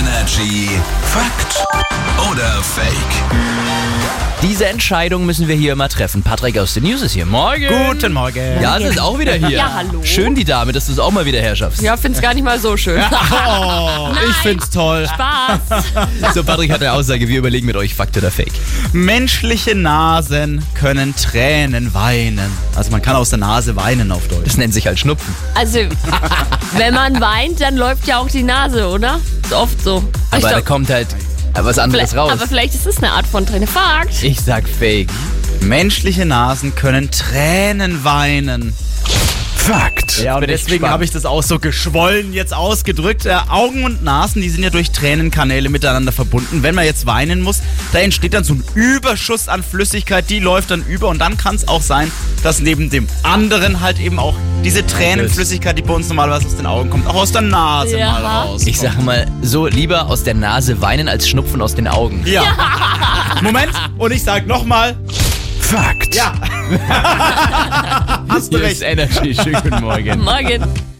Energy Fakt oder Fake? Diese Entscheidung müssen wir hier immer treffen. Patrick aus den News ist hier. Morgen. Guten Morgen. Ja, es ist auch wieder hier. Ja, hallo. Schön, die Dame, dass du es auch mal wieder herschaffst. Ja, find's gar nicht mal so schön. Oh, ich find's toll. Spaß. So, Patrick hat eine Aussage. Wir überlegen mit euch, Fakt oder Fake. Menschliche Nasen können Tränen weinen. Also man kann aus der Nase weinen auf Deutsch. Das nennt sich halt Schnupfen. Also, wenn man weint, dann läuft ja auch die Nase, oder? Ist oft so. Aber Ich da glaub, kommt halt was anderes vielleicht, raus. aber vielleicht ist es eine Art von Träne. Fakt. Ich sag Fake. Menschliche Nasen können Tränen weinen. Fakt. Ja, und bin echt deswegen gespannt. habe ich das auch so geschwollen jetzt ausgedrückt. Äh, Augen und Nasen, die sind ja durch Tränenkanäle miteinander verbunden. Wenn man jetzt weinen muss, da entsteht dann so ein Überschuss an Flüssigkeit, die läuft dann über und dann kann es auch sein, dass neben dem anderen halt eben auch diese Tränenflüssigkeit, die bei uns normalerweise aus den Augen kommt, auch aus der Nase Ja. mal raus. Ich sag mal, so lieber aus der Nase weinen als Schnupfen aus den Augen. ja. Moment, und ich sag nochmal, Fakt. ja. Hast du Hier recht. ist Energy. Schönen guten Morgen. Morgen.